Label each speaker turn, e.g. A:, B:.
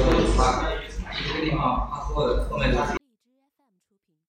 A: 一个地方，它所有的后面它。